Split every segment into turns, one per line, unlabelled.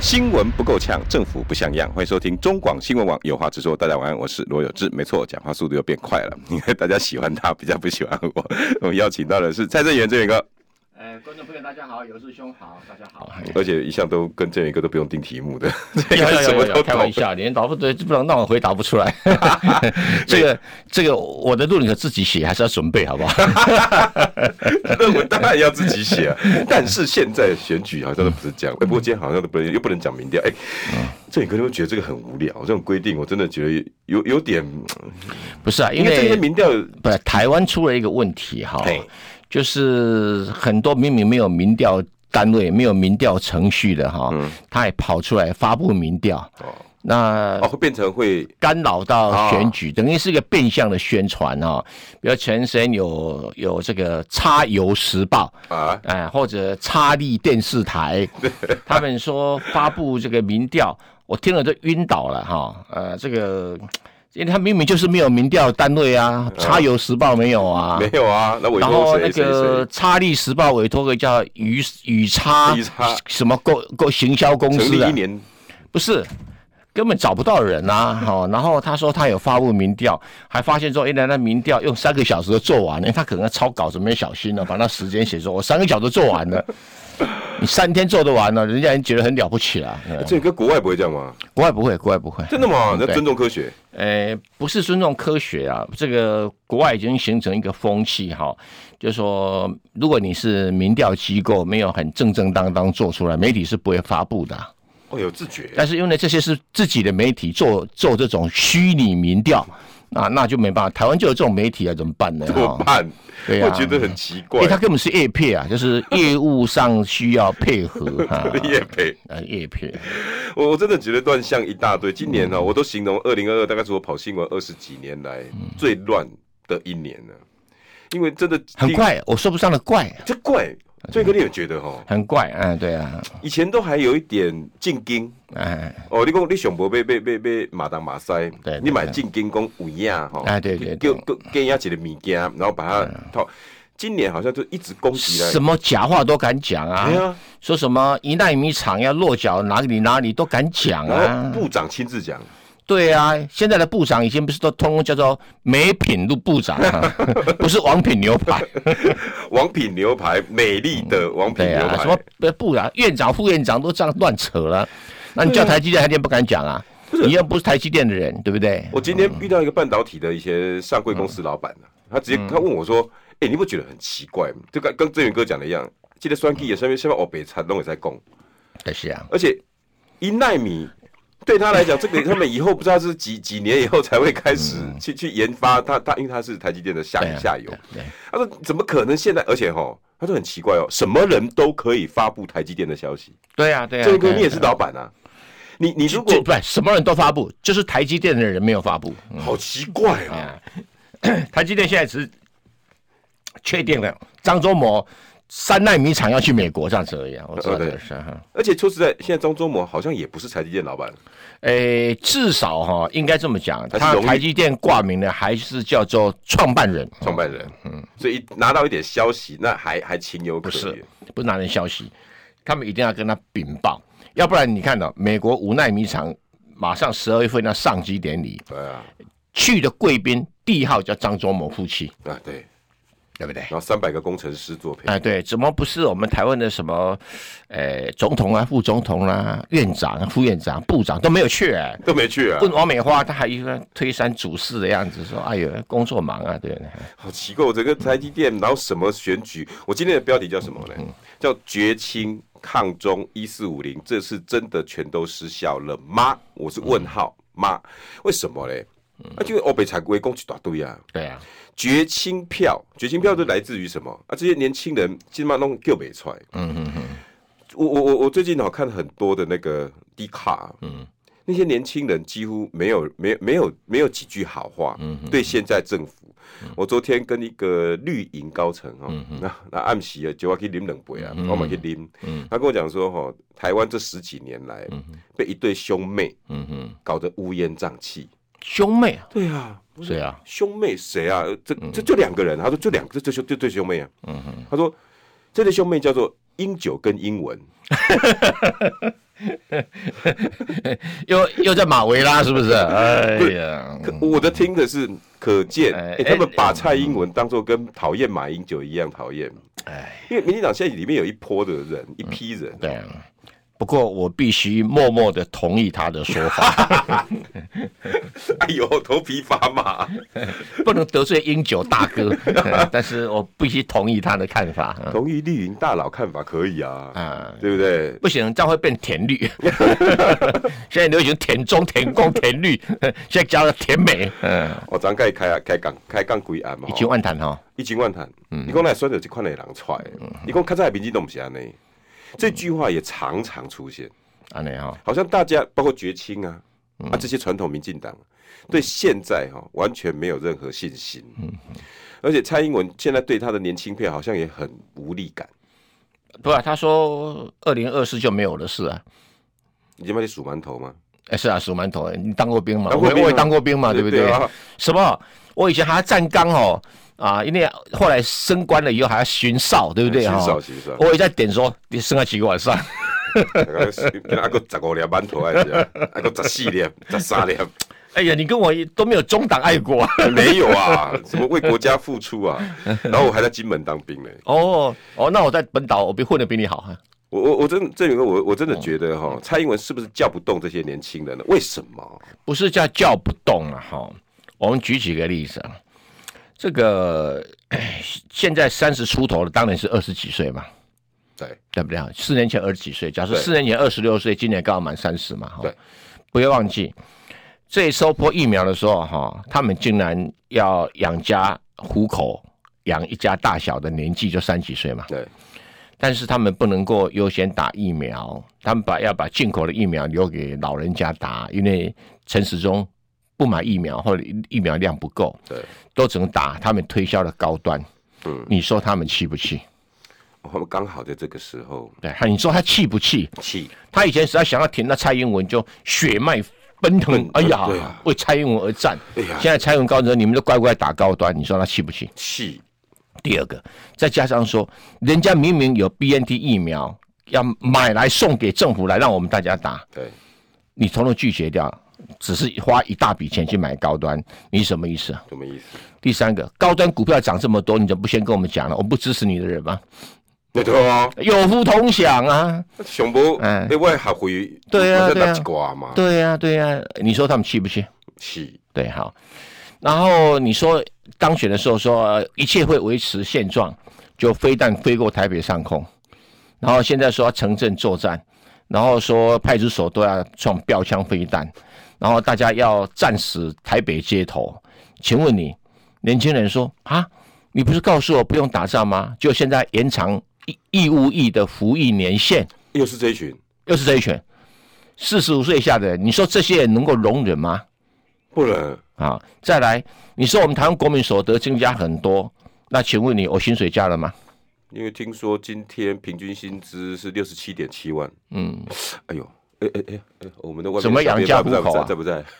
新闻不够呛，政府不像样。欢迎收听中广新闻网有话直说。大家晚安，我是罗有志。没错，讲话速度又变快了，因为大家喜欢他，比较不喜欢我。我们邀请到的是蔡正元这元哥，
呃，观众朋友大家好，有志兄好，大家好。
而且一向都跟正元哥都不用定题目 的，这
有
个什
有
么
有
都
有，开玩
懂。
笑，连答不对，不能让我回答不出来。这个这个，我的论文自己写，还是要准备，好 不好？
论文当然要自己写、 啊，但是现在的选举好像都不是这样。哎、不过今天好像都不能，又不能讲民调。哎、
嗯
正元哥，你会觉得这个很无聊？这种规定，我真的觉得有有点，
不是啊，
因
因
为这些
为
民调，
不，台湾出了一个问题哈
嘿，
就是很多明明没有民调单位、没有民调程序的哈，
嗯
他也跑出来发布民调，那
哦，会变成会
干扰到选
哦
举，等于是一个变相的宣传哈、哦。比如前身有有这个插油时报，
啊，
哎、或者插力电视台， 他们说发布这个民调，我听了都晕倒了哈、呃，这个，因为他明明就是没有民调单位啊，插油时报没有啊。
嗯没有啊，那委
然
托
后那
谁谁
个
谁
《插力时报》委托个叫雨雨叉
雨叉
什么购购行销公
成
司啊
立
的
一，年
不是，根本找不到人 呐、啊。哦，然后他说他有发布民调，还发现说，哎，那那民调用三个小时就做完了，他可能抄稿子没小心啊了，把那时间写说，我三个小时做完 了。你三天做得完了，人家已经觉得很了不起 了。嗯
这个国外不会这样吗？
国外不会，国外不会，
真的吗？那
嗯对
尊重科学
呃，不是尊重科学啊，这个国外已经形成一个风气哈，就是说，如果你是民调机构，没有很正正当当做出来，媒体是不会发布的啊、
哦，有自觉
但是因为这些是自己的媒体做做这种虚拟民调，啊，那就没办法。台湾就有这种媒体啊，怎么办呢？
怎么
哈
办？
对
我
啊
觉得很奇
因
怪，
为。它根本是业配啊，就是业务上需要配合哈
叶培，
啊，业配。
我我真的觉得乱象一大堆。今年呢、哦
嗯
我都形容二零二二大概是我跑新闻二十几年来
嗯
最乱的一年了，因为真的
很
听，
怪，我说不上的怪，
这怪。最哥，你有觉得哈？
很怪，嗯，对啊，
以前都还有一点进京
哎，
哦，你讲你熊博被被被被马当马塞
对，
你买进京讲有样哈，
哎对对对
给
嗯
给给人家几个物件，然后把它套。今年好像就一直攻击来
什，么假话都敢讲啊
对，啊，
说什么一纳米厂要落脚哪里哪里都敢讲
然后
啊，
部长亲自讲，
对啊，现在的部长以前不是都通通叫做美品路部长、 啊，不是王品牛排。
王品牛排，美丽的王品
对
牛
啊，
排，
什么不部长、院长、副院长都这样乱扯了，那你
啊
叫台积电，台积电不敢讲啊？你又不是台积电的人，对不对？
我今天遇到一个半导体的一些上柜公司老板呢、他直接
嗯
他问我说：“哎、你不觉得很奇怪吗？就跟跟郑源哥讲的一样，记得酸 G 也上面下面哦北产弄也在供，
就是啊，
而且一纳米对他来讲，这个他们以后不知道是几几年以后才会开始去、去研发他他，因为他是台积电的下、
嗯对啊
下游。
对
他说怎么可能现在？而且哈，他说很奇怪哦，什么人都可以发布台积电的消息。
对啊，对啊。
郑源哥，
对啊
你也是老板啊，你你如果
就不是什么人都发布，就是台积电的人没有发布。嗯
好奇怪啊、
台积电现在只是确定了张忠谋三奈米厂要去美国这样子而已啊，我
呃
知道这个事哈。
而且说实在，现在张忠谋好像也不是台积电老板。
诶、至少哈，应该这么讲，
他是
他
荣誉
台积电挂名的还是叫做创办人，
创办人，嗯，所以一拿到一点消息，那还还情有可
不是
原。
不是拿人消息，他们一定要跟他禀报，要不然你看到、美国无奈米厂马上十二月份要上机典礼，
对啊，
去的贵宾第一号叫张忠谋夫妻，
啊对，
对不对
然？后三百个工程师作陪，
哎，对，怎么不是我们台湾的什么，呃，总统啊、副总统啦、院长啊、副院长、部长都没有去、哎
都没去啊，
问王美花，她还一个推三阻四的样子，说：“哎呦，工作忙啊，对不对？”
好奇怪，整个台积电，然后什么选举？我今天的标题叫什么呢？叫绝清抗中一四五零，这次真的全都失效了吗？我是问号妈，为什么嘞？那就欧北产围攻一大堆啊，
对啊，
绝清票，绝清票都来自于什么啊？这些年轻人起码弄救北出来。嗯嗯嗯。我我我我最近好看很多的那个低卡，嗯，那些年轻人几乎没有没有没有没有几句好话，对现在政府。我昨天跟一个绿营高层哦，那那暗喜啊，就要去啉两杯啊，我们去啉。他跟我讲说，哈，台湾这十几年来被一对兄妹
嗯哼，
搞得乌烟瘴气。
兄妹啊，
对啊，
谁啊？
兄妹谁啊？这
嗯
这就两个人，他说就两个，这就就对兄妹啊。他说这对兄妹叫做英九跟英文，
又又在马维拉 是不是？哎呀，
可我的听的是可见，
哎
哎，
嗯
他们把蔡英文当做跟讨厌马英九一样讨厌，
哎，
因为民进党现在里面有一波的人，一批人，
对啊。不过我必须默默的同意他的说法，嗯
哎呦，头皮发麻。
不能得罪英九大哥， 哎但是我必须同意他的看法。嗯
同意绿营大佬看法可以啊，
啊，
对不对？
不行，这样会变甜绿。 现在流行甜中、甜共、甜绿， 现在加了甜美，嗯，
我咱该开啊开杠开杠归案嘛哦
一，千万嗯谈哦哈。
一千万谈，你讲来选择这款的人出来，
嗯
你讲看在民进党不是安尼，这句话也常常出现。
安尼哦哈，
好像大家包括绝青啊
嗯
啊这些传统民进党，对现在哈、完全没有任何信心。而且蔡英文现在对他的年轻配好像也很无力感。
不啊，他说二零二四就没有的事啊。
你他妈去数馒头吗？
哎，是啊，数馒头，你当过兵嘛？
当过
我
兵啊
我也当过兵嘛，对不对？
啊？
什么？我以前还要站岗哦，啊，因为后来升官了以后还要巡哨，对不对啊哦
很
哈、
少很少，
我也在点说，你升到几个晚上？
阿个十五粒馒头还是阿个十四粒、十三粒，
哎呀，你跟我一都没有中党爱国
没有啊？什么为国家付出啊？然后我还在金门当兵呢。
哦哦，那我在本岛我比混的比你好哈。
我我我真这里面我我
嗯
真的觉得哈，蔡英文是不是叫不动这些年轻人呢？为什么？
不是叫叫不动了哈。我们举几个例子啊，这个 哎现在三十出头的，当然是二十几岁嘛，
对，
对不对啊？四年前二十几岁，假设
对
四年前二十六岁，今年刚好满三十嘛，哈
对。
不要忘记，这一收播疫苗的时候哈，他们竟然要养家糊口，养一家大小的年纪就三十几岁嘛，
对，
但是他们不能够优先打疫苗，他们把要把进口的疫苗留给老人家打，因为陈时中不买疫苗或者疫苗量不够，
对，
都只能打他们推销的高端。
嗯，
你说他们气不气？
我们刚好在这个时候
对，你说他气不气？
气，
他以前只要想要停那蔡英文，就血脉奔腾
奔，
哎呀，
对啊
为蔡英文而战。
哎呀
现在蔡英文高则你们都乖乖打高端，你说他气不气？
气，
第二个，再加上说，人家明明有 B N T 疫苗要买来送给政府来让我们大家打，
对，
你统统拒绝掉，只是花一大笔钱去买高端，你什么意思啊？
什么意思？
第三个，高端股票涨这么多，你怎么不先跟我们讲了？我们不支持你的人吗？
对对啊，
有福同享啊！
熊博，
哎
哎，我也学会，
对啊
我再
对啊
拿一挂嘛，
对呀、对呀、你说他们气不气？
是，
对，好。然后你说当选的时候说、呃一切会维持现状，就飞弹飞过台北上空，然后现在说要城镇作战，然后说派出所都要装标枪飞弹，然后大家要战死台北街头。请问你，年轻人说啊，你不是告诉我不用打仗吗？就现在延长义义务役的服役年限，
又是这一群，
又是这一群四十五岁以下的人，你说这些人能够容忍吗？
不能，
啊，再来，你说我们台湾国民所得增加很多，那请问你我薪水加了吗？
因为听说今天平均薪资是六十七点七万，
嗯，
哎呦，哎哎哎哎，我们的外面
怎么养家
小编
糊口啊
在不在？在不在？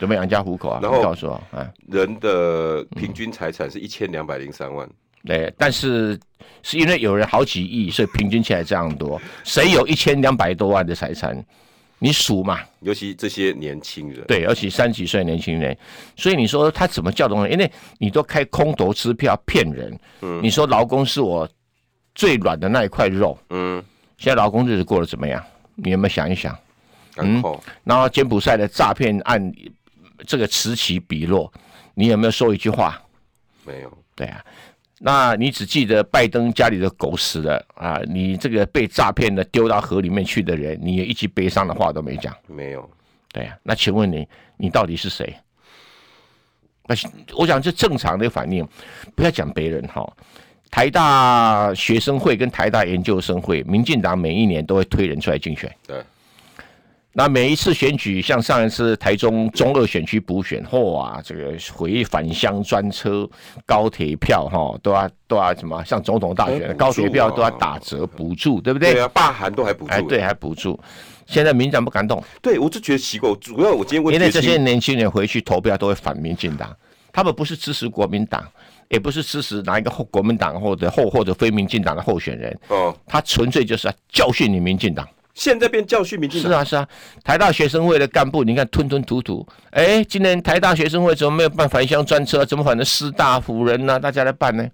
怎么养家糊口啊？
然后
你告诉我，哎，
人的平均财产是一千两百零三万，
对，但是是因为有人好几亿，所以平均起来这样 多，谁有一千两百多万的财产？你数嘛，
尤其这些年轻人，
对，而且三十几岁的年轻人，所以你说他怎么叫东西？因为你都开空头支票骗人，
嗯
你说劳工是我最软的那一块肉，
嗯，
现在劳工日子过得怎么样？你有没有想一想？
然后
然后柬埔寨的诈骗案这个此起彼落，你有没有说一句话？
没有，
对啊，那你只记得拜登家里的狗死了啊，你这个被诈骗的丢到河里面去的人，你也一句悲伤的话都没讲。
没有，
对啊，那请问你，你到底是谁？那我想这正常的反应，不要讲别人哈。台大学生会跟台大研究生会，民进党每一年都会推人出来竞选。
对，
那每一次选举，像上一次台中中二选区补选后啊，这个回返乡专车、高铁票哈，都要都要什么？像总统大选、
哦补助
高铁票
哦
都要打折补助，对不对？
对啊，罢韩都还补助。
哎，对，，还补助。现在民进党不敢动，
对我就觉得奇怪。我主要我今天问
因为这
决
些
心
年轻人回去投票都会反民进党，他们不是支持国民党，也不是支持哪一个后国民党或者后或者非民进党的候选人，
哦，
他纯粹就是要教训你民进党。
现在变教训民进
是
党。
啊是啊，台大学生会的干部，你看吞吞吐吐。哎，今年台大学生会怎么没有办返乡专车？怎么反正师大辅仁啊呢、大家来办呢？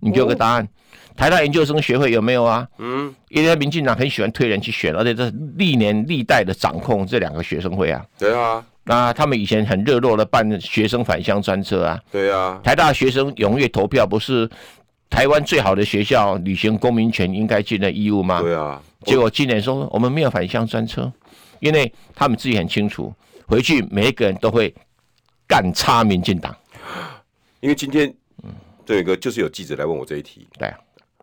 你给我个答案。台大研究生学会有没有啊？哦嗯，因为民进党很喜欢推人去选，而且这是历年历代的掌控这两个学生会啊。
对啊，
那他们以前很热络的办学生返乡专车啊，
对啊，
台大学生踊跃投票，不是台湾最好的学校履行公民权应该尽的义务吗？
对啊，
结果今年说我们没有返乡专车，因为他们自己很清楚，回去每一个人都会干插民进党。
因为今天这个就是有记者来问我这一题
对啊，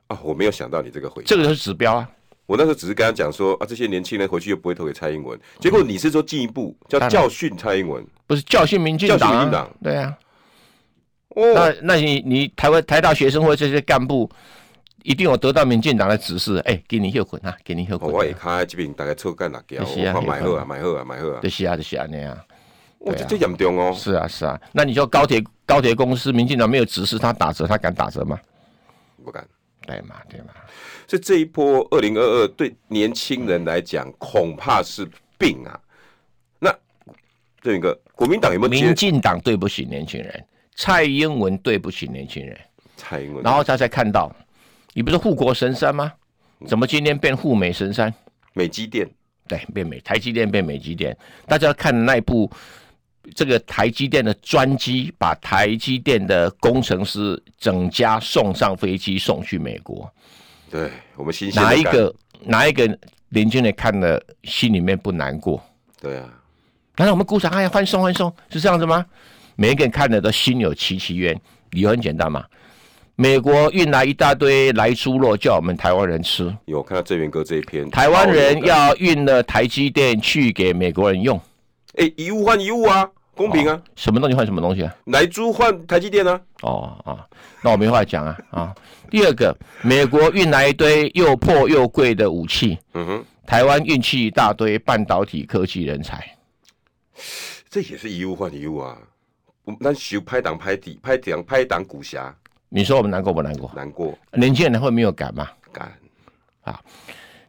啊，我没有想到你这个回答。
这个就是指标啊，
我那时候只是跟他讲说啊，这些年轻人回去又不会投给蔡英文。
嗯
结果你是说进一步叫
当然
教训蔡英文
不是教训民进
教
党、
训民
啊。
进党
对啊，
哦，
那那你你台湾台大学生会这些干部一定有得到民进党的指示，哎、给你休困啊，给你休
哦
困、
我
啊
也。看这边大概臭干哪条，
是啊
我看买好
有可
啊，买好啊，买好啊
对，，是啊，就是啊，那样、啊。
我
对
这
啊
这严重哦，
是啊，是啊。那你说高铁高铁公司，民进党没有指示他打折，他敢打折吗？
不敢。
对嘛，对嘛。
所以这一波二零二二对年轻人来讲，恐怕是病啊。那这个国民党有没有
民
接
进党对不起年轻人，蔡英文对不起年轻人。
蔡英文？
然后他才看到，你不是护国神山吗？怎么今天变护美神山？
美基电
对，变美台积电变美积电，大家看的那一部这个台积电的专机，把台积电的工程师整家送上飞机送去美国，
对我们新鲜的
哪一
感？
个哪一个年轻人看了心里面不难过？
对啊，
难道我们鼓掌？哎呀，欢送欢送，是这样子吗？每一个人看了都心有戚戚焉。理由很简单嘛，美国运来一大堆来猪肉叫我们台湾人吃，
有我看到郑源哥这一篇，
台湾
超有
人
感
要运了台积电去给美国人用，
哎一物换一物啊，公平啊，
什么东西换什么东西啊？
来猪换台积电啊，
哦啊，那我没话讲啊啊。第二个，美国运来一堆又破又贵的武器，
嗯哼，
台湾运去一大堆半导体科技人才。
这也是一物换一物啊。我们那修拍档拍底拍档拍档股侠
你说我们难过不难过？
难过
年轻人会没有感吗？
干，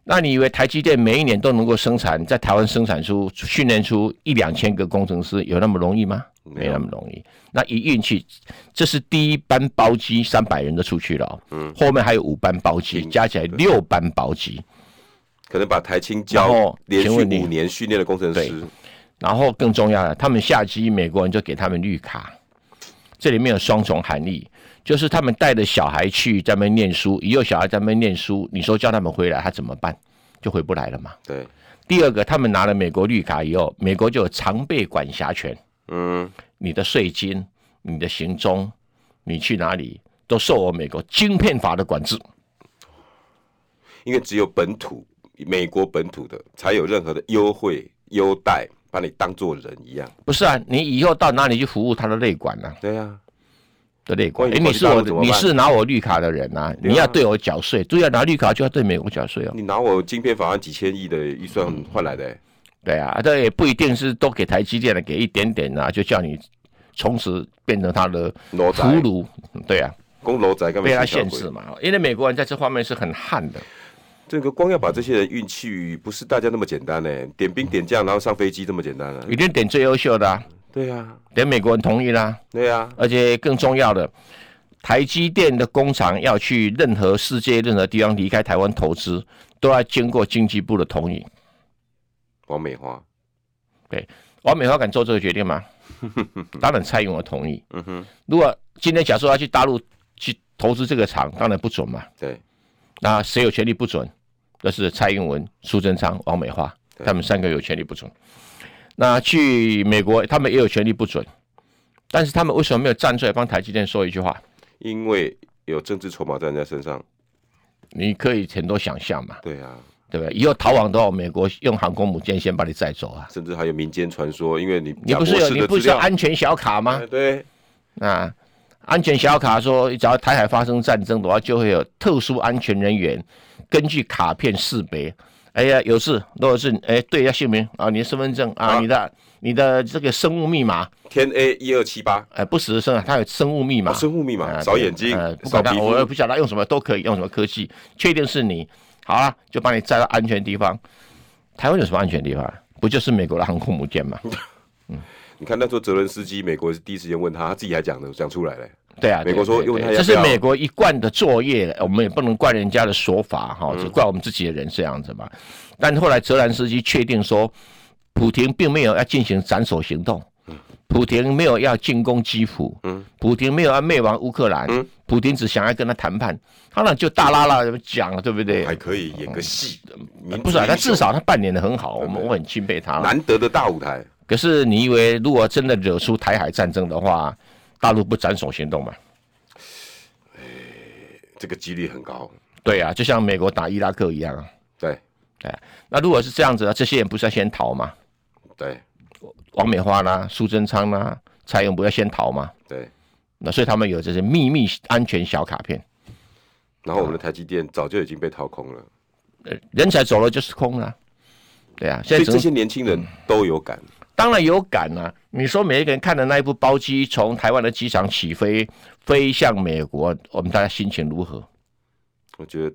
那你以为台积电每一年都能够生产在台湾生产出训练出一两千个工程师，有那么容易吗？
没
没
有
那么容易。那一运气，这是第一班包机三百人都出去了、哦，嗯，后面还有五班包机，加起来六班包机。
可能把台青
然
教
后
连
请
续
问你
五年训练的工程师
对，然后更重要的，他们下机，美国人就给他们绿卡。这里面有双重含义，就是他们带着小孩去在那边念书，也有小孩在那边念书，你说叫他们回来，他怎么办？就回不来了嘛。
对，
第二个，他们拿了美国绿卡以后，美国就有常备管辖权，
嗯，
你的税金、你的行踪、你去哪里，都受我美国晶片法的管制。
因为只有本土美国本土的才有任何的优惠优待，把你当做人一样。
不是啊，你以后到哪里去服务他的内管呢、啊？
对啊，
的内管，
关于
哎，
国
你
际
是
大陆
我
怎
的
么，办
你是拿我绿卡的人啊，你要对我缴税，对啊，拿绿卡就要对美国缴税哦。
你拿我晶片法案几千亿的预算换来的、欸，
对啊，这也不一定是都给台积电的，给一点点啊，就叫你从此变成他的
奴才
俘虏。对啊，
公楼宅干嘛？
被他限制。嘛，因为美国人在这方面是很悍的。
这个光要把这些人运气，不是大家那么简单呢、欸。点兵点将，然后上飞机这么简单啊？
一定点最优秀的、啊，
对啊，
点美国人同意啦、
对啊，
而且更重要的，台积电的工厂要去任何世界任何地方离开台湾投资，都要经过经济部的同意。
王美花，
王美花敢做这个决定 吗？当然蔡英文同意。
嗯哼，
如果今天假设要去大陆去投资这个厂，当然不准嘛。
对，
那谁有权利不准？那是蔡英文、苏贞昌、王美花，
对
他们三个有权利不准。那去美国，他们也有权利不准，但是他们为什么没有站出来帮台积电说一句话？
因为有政治筹码在人家身上。
你可以很多想象嘛，
对啊，
对不对？以后逃亡的话，美国用航空母舰先把你载走啊！
甚至还有民间传说，因为你
你不是有你不是有安全小卡吗
吗？？哎对，
啊，安全小卡说，只要台海发生战争的话，就会有特殊安全人员根据卡片识别。哎呀，有事，如果是哎对一下姓名啊，你的身份证啊，
啊
你的你的这个生物密码，
天 A 一二七八，
哎，不时生啊，它有生物密码，
哦生物密码
啊
扫眼睛
呃，不
扫
管它，
皮肤
我也不晓得它用什么都可以，用什么科技，确定是你，好啊，就把你载到安全地方。台湾有什么安全地方？啊不就是美国的航空母舰 吗？
你看那时候泽伦斯基，美国第一时间问他，他自己还讲的讲出来了。
对啊，
美国说
对对
用它
对
要
这
不
是
要
美国一贯的作业，我们也不能怪人家的说法哈，
嗯
只怪我们自己的人这样子嘛。但后来泽兰斯基确定说，普廷并没有要进行斩首行动，
嗯
普廷没有要进攻基辅，普廷没有要灭亡乌克兰，
嗯
普廷只想要跟他谈判，他呢就大拉拉地讲了，对不对
还？可以演个戏，民族
不是啊，
英
他
雄
至少他啊扮演的很好，我们我很钦佩他啦。
难得的大舞台，
可是你以为如果真的惹出台海战争的话，大陆不斩首行动吗？
这个几率很高。
对啊，就像美国打伊拉克一样啊。
对
那如果是这样子呢？啊这些人不是要先逃吗？
对
王美花啦、苏贞昌啦、蔡英文不要先逃吗？
对，
那所以他们有这些秘密安全小卡片，
然后我们的台积电早就已经被掏空了，
呃人才走了就是空了、对啊，
所
现
以
在只
这
能
些年轻人都有感。
当然有感啊。你说每一个人看的那一部包机从台湾的机场起飞，飞向美国，我们大家心情如何？
我觉得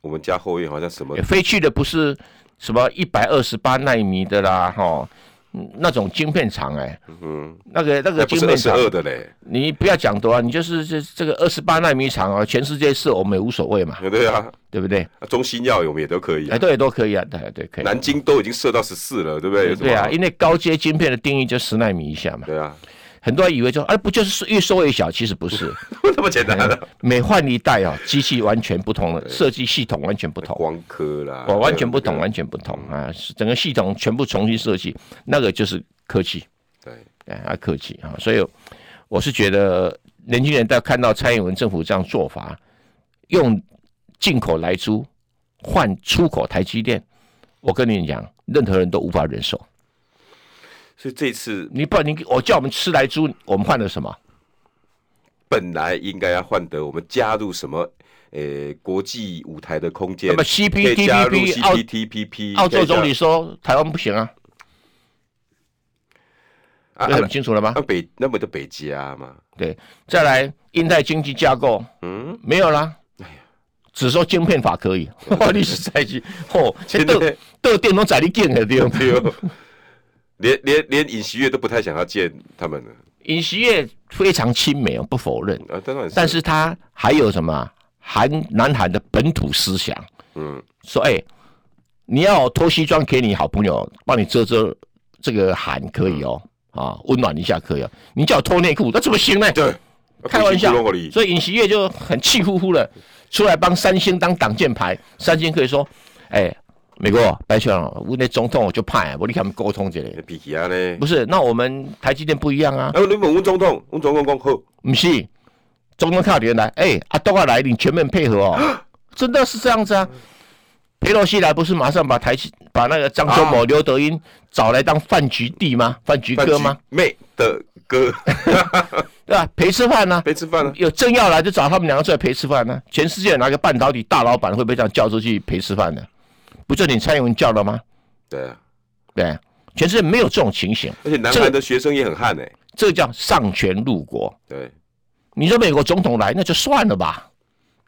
我们家后院好像什么
也飞去的不是什么一百二十八纳米的啦，哈，嗯那种晶片厂哎、
嗯，
那个那个
那不
晶
是
片
二十
厂
二的嘞，
你不要讲多啊，你就是这这个二十八纳米厂啊，全世界是我们也无所谓嘛，
对啊，
对不对？
中心药我们也都可以啊
哎，，对，都可以啊，对对可以。
南京都已经射到十四了，对不对？有什么
对啊，
好
因为高阶晶片的定义就十纳米以下嘛，
对啊，
很多人以为说，哎、不就是越缩越小？其实不是，
不那么简单啊 的，
每换一代哦， 机器完全不同的设计系统完全不同，
光科啦，
我完全不
还
同，
有那
完全不同啊，是整个系统全部重新设计，那个就是科技，
个对，
哎，啊，科技啊，所以我是觉得年轻人在看到蔡英文政府这样做法，用进口来猪换出口台积电，我跟你讲，任何人都无法忍受。
所以这次
你不，你我叫我们吃来猪，我们换了什么？
本来应该要换得我们加入什么呃国际舞台的空间
那么，
可
CP、
以加入
TPP、澳
CPTPP，
澳洲总
可以
理说台湾不行啊，
加入
这
啊
很清楚了吗
啊？啊北那么的北加嘛，
对，再来印太经济架构
嗯，
没有啦，只说晶片法 可以， 历史赛季哦，这
现
斗
在
斗电脑在你见的对不 对？
对哦，连连连尹锡悦都不太想要见他们了
尹锡悦非常亲美，我不否认，
啊，当然是，
但是他还有什么韩南韩的本土思想，
嗯，
说哎、你要我脱西装给你好朋友，帮你遮遮这个寒可以哦，
嗯
啊，温暖一下可以哦，你叫我脱内裤，那怎 么行呢？
对，啊
开玩笑
不行不容易
所以尹锡悦就很气呼呼的出来帮三星当挡箭牌，三星可以说，哎、美国白选了，我那总统我就派，我跟他们沟通这类。
脾气啊呢。
不是，那我们台积电不一样啊。
啊，你问阮总统，阮总统讲好，
不是，中东靠敌人来，哎、阿东啊来，你全面配合 哦，真的是这样子啊。佩洛西来不是马上把台积把那个张忠谋、刘德英找来当饭局地吗？饭局哥吗？？
妹的哥
对吧？陪吃饭呢、啊
陪吃饭了，啊
有政要来就找他们两个出来陪吃饭呢、啊全世界有哪个半导体大老板会被这样叫出去陪吃饭的？不就你蔡英文叫的吗？
对啊，
对，全世界没有这种情形，
而且南
这个
韩的学生也很悍哎，
这个叫上权入国。
对
你说美国总统来，那就算了吧，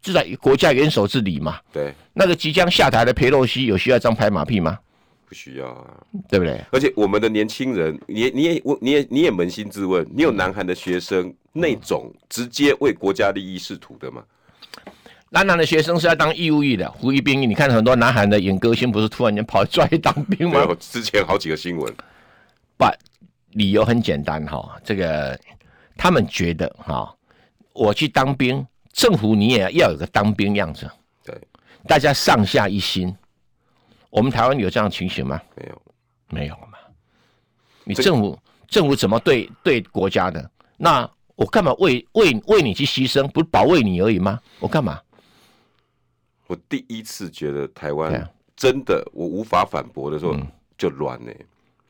就在国家元首之礼嘛。
对，
那个即将下台的佩洛西有需要这样拍马屁吗？
不需要啊。
对不对？
而且我们的年轻人，你也你也我你也你也扪心自问，你有南韩的学
嗯
生那种直接为国家利益仕途的吗？
南韩的学生是要当义务役的，服役兵役。你看很多南韩的演歌星不是突然间跑出来当兵
没
吗
有，之前好几个新闻，
不，理由很简单哈、这个他们觉得哈、我去当兵，政府你也要有个当兵样子，
对，
大家上下一心。我们台湾有这样的情形吗？
没有，
没有嘛。你
这
政府政府怎么对对国家的？那我干嘛为为为你去牺牲？不是保卫你而已吗？我干嘛？
我第一次觉得台
对
湾
啊嗯
真的我无法反驳的时候，就乱呢、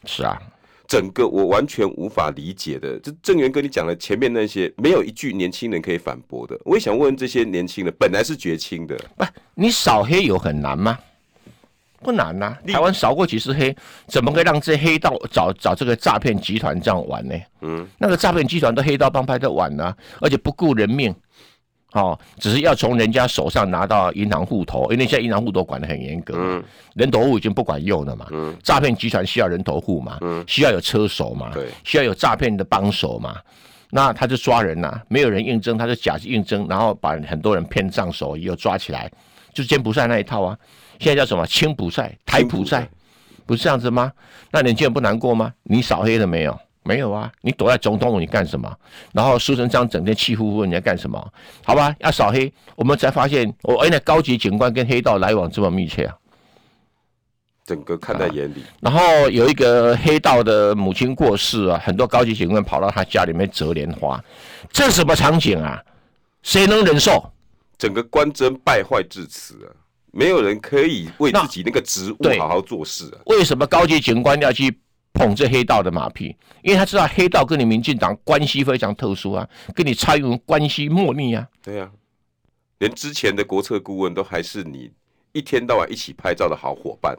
是啊，
整个我完全无法理解的，就郑源跟你讲的前面那些，没有一句年轻人可以反驳的。我也想问这些年轻人，本来是绝青的，
不，你扫黑有很难吗？不难呐、
例
台湾扫过几次黑，怎么会让这黑道找找这个诈骗集团这样玩呢？嗯，那个诈骗集团都黑道帮派在玩呢、而且不顾人命，哦，只是要从人家手上拿到银行户头，因为现在银行户头管得很严格，嗯，人头户已经不管用了嘛，嗯，诈骗集团需要人头户嘛，嗯，需要有车手嘛，
对
需要有诈骗的帮手嘛，那他就抓人呐、没有人应征，他就假应征，然后把很多人骗上手，又抓起来，就是柬埔寨那一套啊。现在叫什么青埔寨、台埔寨，不是这样子吗？那年轻人不难过吗？你扫黑了没有？没有啊，你躲在总统府你干什么？然后苏贞昌整天气呼呼，你在干什么？好吧，要扫黑，我们才发现，我原来高级警官跟黑道来往这么密切啊。
整个看在眼里。
然后有一个黑道的母亲过世啊，很多高级警官跑到他家里面折莲花，这什么场景啊？谁能忍受？
整个官箴败坏至此啊，没有人可以为
那
自己那个职务
对
好好做事啊。
为什么高级警官要去捧这黑道的马屁？因为他知道黑道跟你民进党关系非常特殊啊，跟你蔡英文关系莫逆啊。
对啊，连之前的国策顾问都还是你一天到晚一起拍照的好伙伴。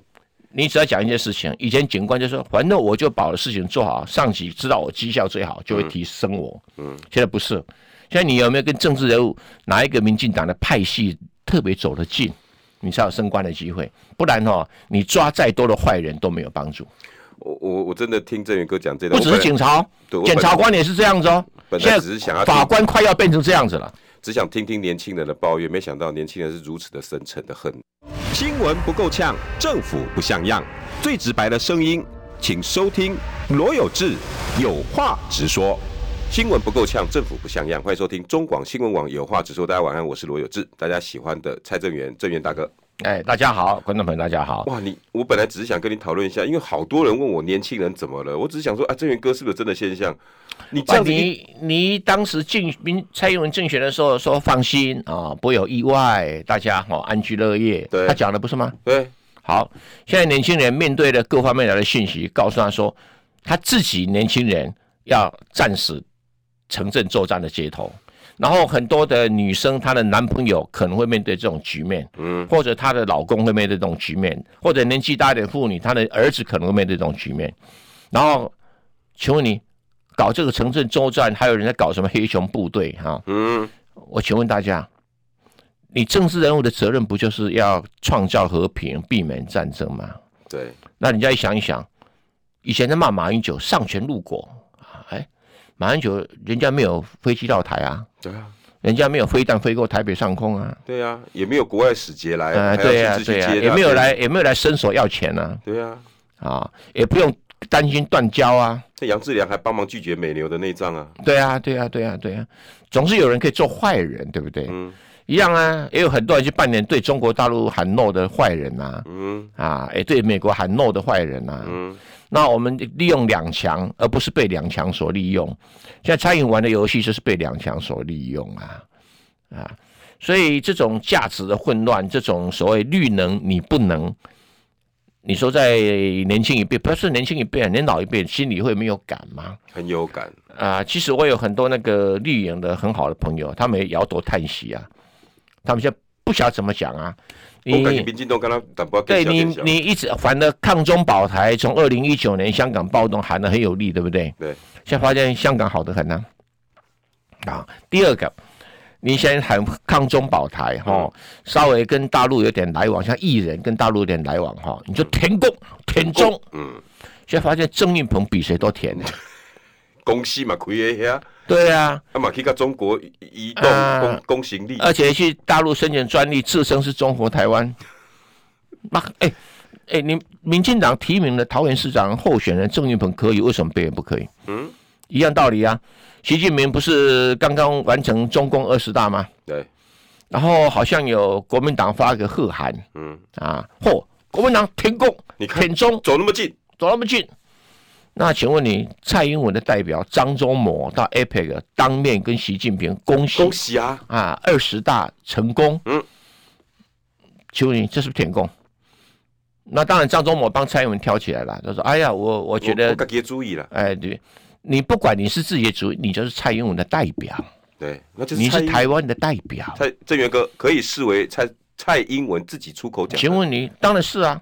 你只要讲一件事情，以前警官就说，反正我就把我的事情做好，上级知道我绩效最好，就会提升我。嗯，现在不是，现在你有没有跟政治人物哪一个民进党的派系特别走得近，你才有升官的机会，不然哦，你抓再多的坏人都没有帮助。
我我我真的听郑源哥讲这段，
不只是警察哦
对，我
检察官也是这样子哦。
本来
现在
只是想要
法官快要变成这样子了。
只想听听年轻人的抱怨，没想到年轻人是如此的深沉的恨。
新闻不够呛，政府不像样，最直白的声音，请收听罗有志有话直说。
新闻不够呛，政府不像样。欢迎收听中广新闻网有话直说。大家晚安，我是罗有志。大家喜欢的蔡正元，正元大哥。
哎，大家好，观众朋友，大家好。
哇，你我本来只是想跟你讨论一下，因为好多人问我年轻人怎么了，我只是想说啊，正元哥是不是有真的现象？你这
哇
样子一
你你当时竞民蔡英文竞选的时候说放心啊、不会有意外，大家哦安居乐业。
对
他讲的不是吗？
对
好，现在年轻人面对的各方面来的讯息，告诉他说，他自己年轻人要战死城镇作战的街头，然后很多的女生，她的男朋友可能会面对这种局面，嗯，或者她的老公会面对这种局面，或者年纪大一点的妇女，她的儿子可能会面对这种局面。然后，请问你搞这个城镇作战，还有人在搞什么黑熊部队哈、
嗯，
我请问大家，你政治人物的责任不就是要创造和平、避免战争吗？
对，
那人家一想一想，以前在骂马英九上权入国，哎，马英九人家没有飞机到台啊，
对啊，
人家没有飞弹飞过台北上空啊，
对啊，也没有国外使节来，哎
呃，
还要
对啊
亲，自去
对啊，
接
也
他
没有来，，也没有来伸手要钱啊，
对啊，
啊，也不用担心断交啊，
这杨志良还帮忙拒绝美牛的内脏啊，
对啊，对啊，对啊，对啊，总是有人可以做坏人，对不对？
嗯
一样啊，也有很多人去扮演对中国大陆喊 no 的坏人呐、啊。
嗯
啊，哎，对美国喊 no 的坏人啊，
嗯，
那我们利用两强，而不是被两强所利用。现在蔡英文玩的游戏就是被两强所利用啊，啊，所以这种价值的混乱，这种所谓绿能你不能，你说在年轻一辈，不是年轻一辈，啊年老一辈心里会没有感吗？
很有感，
啊、其实我有很多那个绿营的很好的朋友，他们也摇头叹息啊，他们现在不晓得怎么讲啊，
我
你。
感觉民进党跟他打不
对你，你一直反的抗中保台，从二零一九年香港暴动喊得很有力，对不对？
对。
现在发现香港好得很呢、啊。第二个，你现在喊抗中保台哈、
嗯
齁稍微跟大陆有点来往，像艺人跟大陆有点来往哈、齁你就填共填中，
嗯，
现在发现郑运鹏比谁都 甜、呢。
公司嘛开一遐，
对啊，
啊嘛去到中国移动
啊
公公行力，
而且去大陆申请专利，自称是中国台湾。那哎哎，你民进党提名的桃园市长候选人郑运鹏可以，为什么别人不可以？
嗯，
一样道理啊。习近平不是刚刚完成中共二十大吗？
对，
然后好像有国民党发个贺函
嗯，
啊，嚯，国民党填共
你看
填中
走那么近，
走那么近。那请问你，蔡英文的代表张忠谋到 APEC 当面跟习近平恭喜
恭喜啊！
啊，二十大成功。
嗯，
请问你这是不是舔共？那当然，张忠谋帮蔡英文挑起来了，就说：“哎呀，我我觉
我
得
自，己的主意了，
哎，对，你不管你是自己的主义，你就是蔡英文的代表，
对，那就是
你
蔡
是
英
台湾的代表。
蔡郑源哥可以视为蔡蔡英文自己出口讲的，
请问你，当然是啊，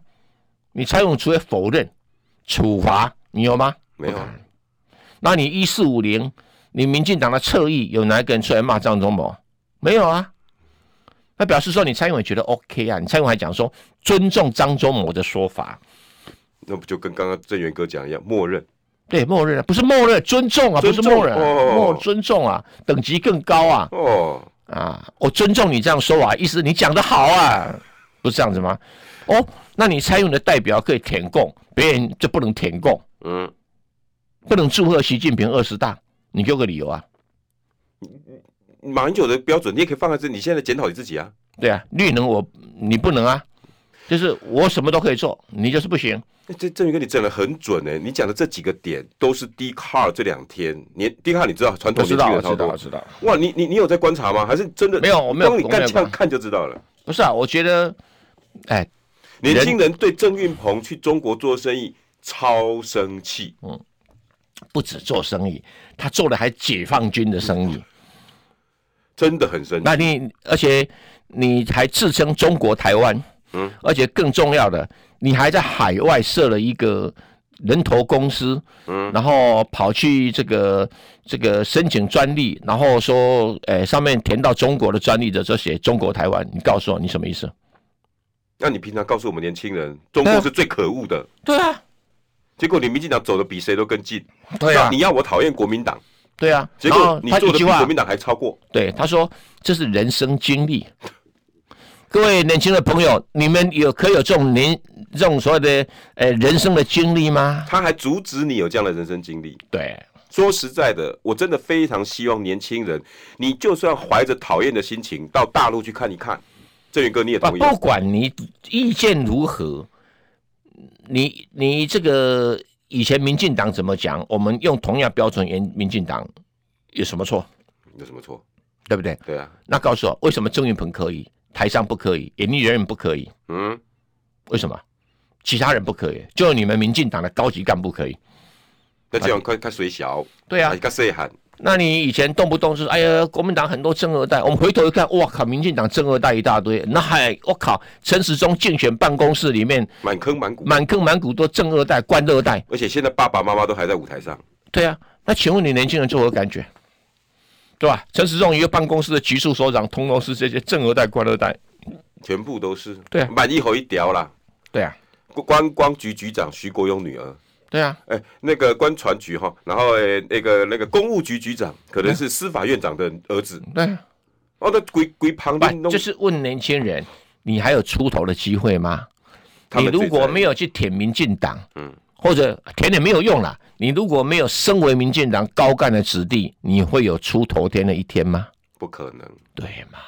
你蔡英文除非否认、处罚，你有吗？
没有啊？
那你一四五零，你民进党的侧翼有哪一个人出来骂张忠谋？没有啊。那表示说你蔡英文觉得 OK 啊，你蔡英文还讲说尊重张忠谋的说法，
那不就跟刚刚郑源哥讲一样，默认
对，默认啊，不是默认，尊重啊，不
尊
是
重
默认啊，
哦
默尊重啊，等级更高啊
哦，
啊，我尊重你这样说啊，意思你讲的好啊，不是这样子吗？哦，那你蔡英文的代表可以舔供，别人就不能舔供，
嗯，
不能祝贺习近平二十大，你给我个理由啊？
马英九的标准你也可以放在这，你现在检讨你自己啊，
对啊，绿能我你不能啊，就是我什么都可以做，你就是不行。
那哎这郑源哥你整的很准哎、你讲的这几个点都是 D car 这两天，你 D car 你知道传
我
统
知
年
道，
轻人
我知
操
道，
作，
我知道。
哇，你你你有在观察吗？还是真的
没有我没有
光你
我没有
看这样
观察
看就知道了。
不是啊，我觉得，哎，
年轻人对郑运鹏去中国做生意超生气，
嗯不止做生意，他做的还解放军的生意。
真的很生气。
那你而且你还自称中国台湾，嗯，而且更重要的，你还在海外设了一个人头公司，嗯，然后跑去这个这个申请专利，然后说，呃，上面填到中国的专利的就写中国台湾，你告诉我你什么意思？
那你平常告诉我们年轻人，中国是最可恶的，
对啊，
结果你民进党走的比谁都更近。
对啊
那你要我讨厌国民党，
对啊，
结
然后
果你
他
做
一
的
句
比
话
国，民党还超过。
对他说这是人生经历。各位年轻的朋友，你们有可以有这种年这种所谓的呃人生的经历吗？
他还阻止你有这样的人生经历。
对，
说实在的，我真的非常希望年轻人，你就算怀着讨厌的心情到大陆去看一看。郑源哥，你也
不
同意？
不管你意见如何，你你这个以前民进党怎么讲，我们用同样标准严民进党有什么错？
有什么错？
对不对？
对啊，
那告诉我，为什么郑云鹏可以，台商不可以，演艺人员不可以？
嗯，
为什么？其他人不可以，就你们民进党的高级干部可以。
那这样看看谁小？
对啊
啊，，看谁喊？
那你以前动不动就是哎呀，国民党很多正二代，我们回头一看，哇靠，民进党正二代一大堆，那还我靠，陈时中竞选办公室里面
满坑满谷。
满坑满谷都正二代、官二代，
而且现在爸爸妈妈都还在舞台上，
对啊，那请问你年轻人作何感觉？对吧？陈时中一个办公室的局处首长，通通是这些正二代、官二代，
全部都是
对啊
满一猴一屌啦。
对啊，
观光局局长徐国勇女儿，
对啊，
哎、那个观船局哈，然后、哎那个那个公务局局长，可能是司法院长的儿子。
对啊，
哦，那鬼鬼旁边
不
弄
就是问年轻人，你还有出头的机会吗？
他
你
们最
如果没
有
有去舔民进党，嗯，或者舔也没有用啦。你如果没有身为民进党高干的子弟，你会有出头天的一天吗？
不可能，
对嘛？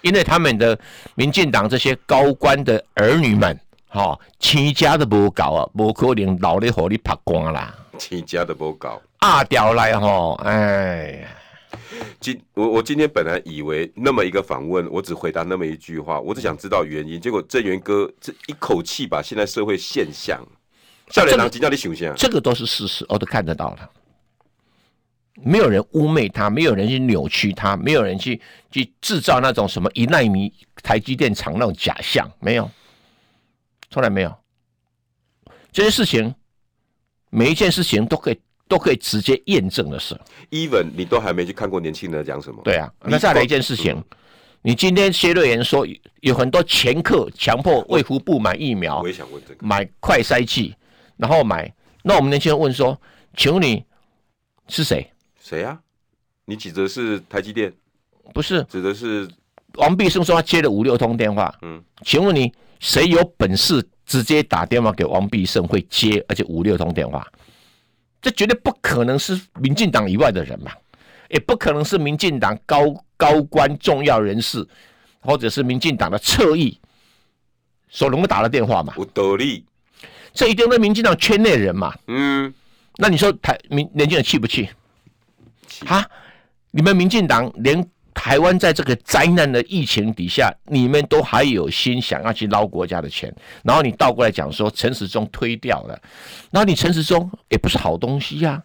因为他们的民进党这些高官的儿女们，哈、哦，亲家都无搞啊，无可能老的火力拍光啦，
亲家的不搞。
阿掉来吼，哎，
今我我今天本来以为那么一个访问，我只回答那么一句话，我只想知道原因。结果郑源哥这一口气把现在社会现象，笑脸
啊
郎今叫你想象，
这个都是事实，哦我都看得到了。没有人污蔑他，没有人去扭曲他，没有人去去制造那种什么一纳米台积电厂那种假象，没有，从来没有。这些事情，每一件事情都可以都可以直接验证的事。
even 你都还没去看过年轻人在讲什么。
对啊，
你
那嗯再来一件事情，你今天薛瑞元说有有很多前客强迫卫福部买疫苗
我也，想问这个，
买快筛剂，然后买。那我们年轻人问说，请问你是谁？
谁啊？你指的是台积电，
不是
指的是
王必胜说他接了五六通电话，
嗯，
请问你谁有本事直接打电话给王必胜会接，而且五六通电话？这绝对不可能是民进党以外的人嘛，也不可能是民进党高高官重要人士，或者是民进党的侧翼所能够打的电话嘛？
吴斗笠。
这一定都是民进党圈内人嘛？
嗯，
那你说台民年轻人气不气
气？
哈，你们民进党连台湾在这个灾难的疫情底下，你们都还有心想要去捞国家的钱，然后你倒过来讲说陈时中推掉了，然后你陈时中也不是好东西呀、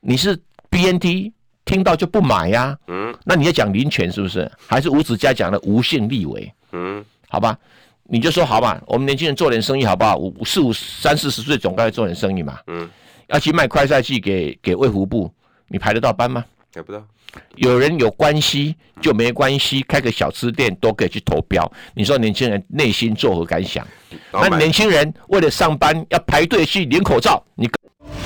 你是 BNT 听到就不买呀、嗯，那你在讲林权是不是？还是吴子嘉讲的无性立委？
嗯，
好吧，你就说好吧，我们年轻人做点生意好不好？五四五三四十岁总该做点生意嘛。
嗯，
要去卖快赛季给给卫福部，你排得到班吗？
也不知道，
有人有关系就没关系，开个小吃店都可以去投标。你说年轻人内心作何感想？
然后
那
买
年轻人为了上班要排队去领口罩，你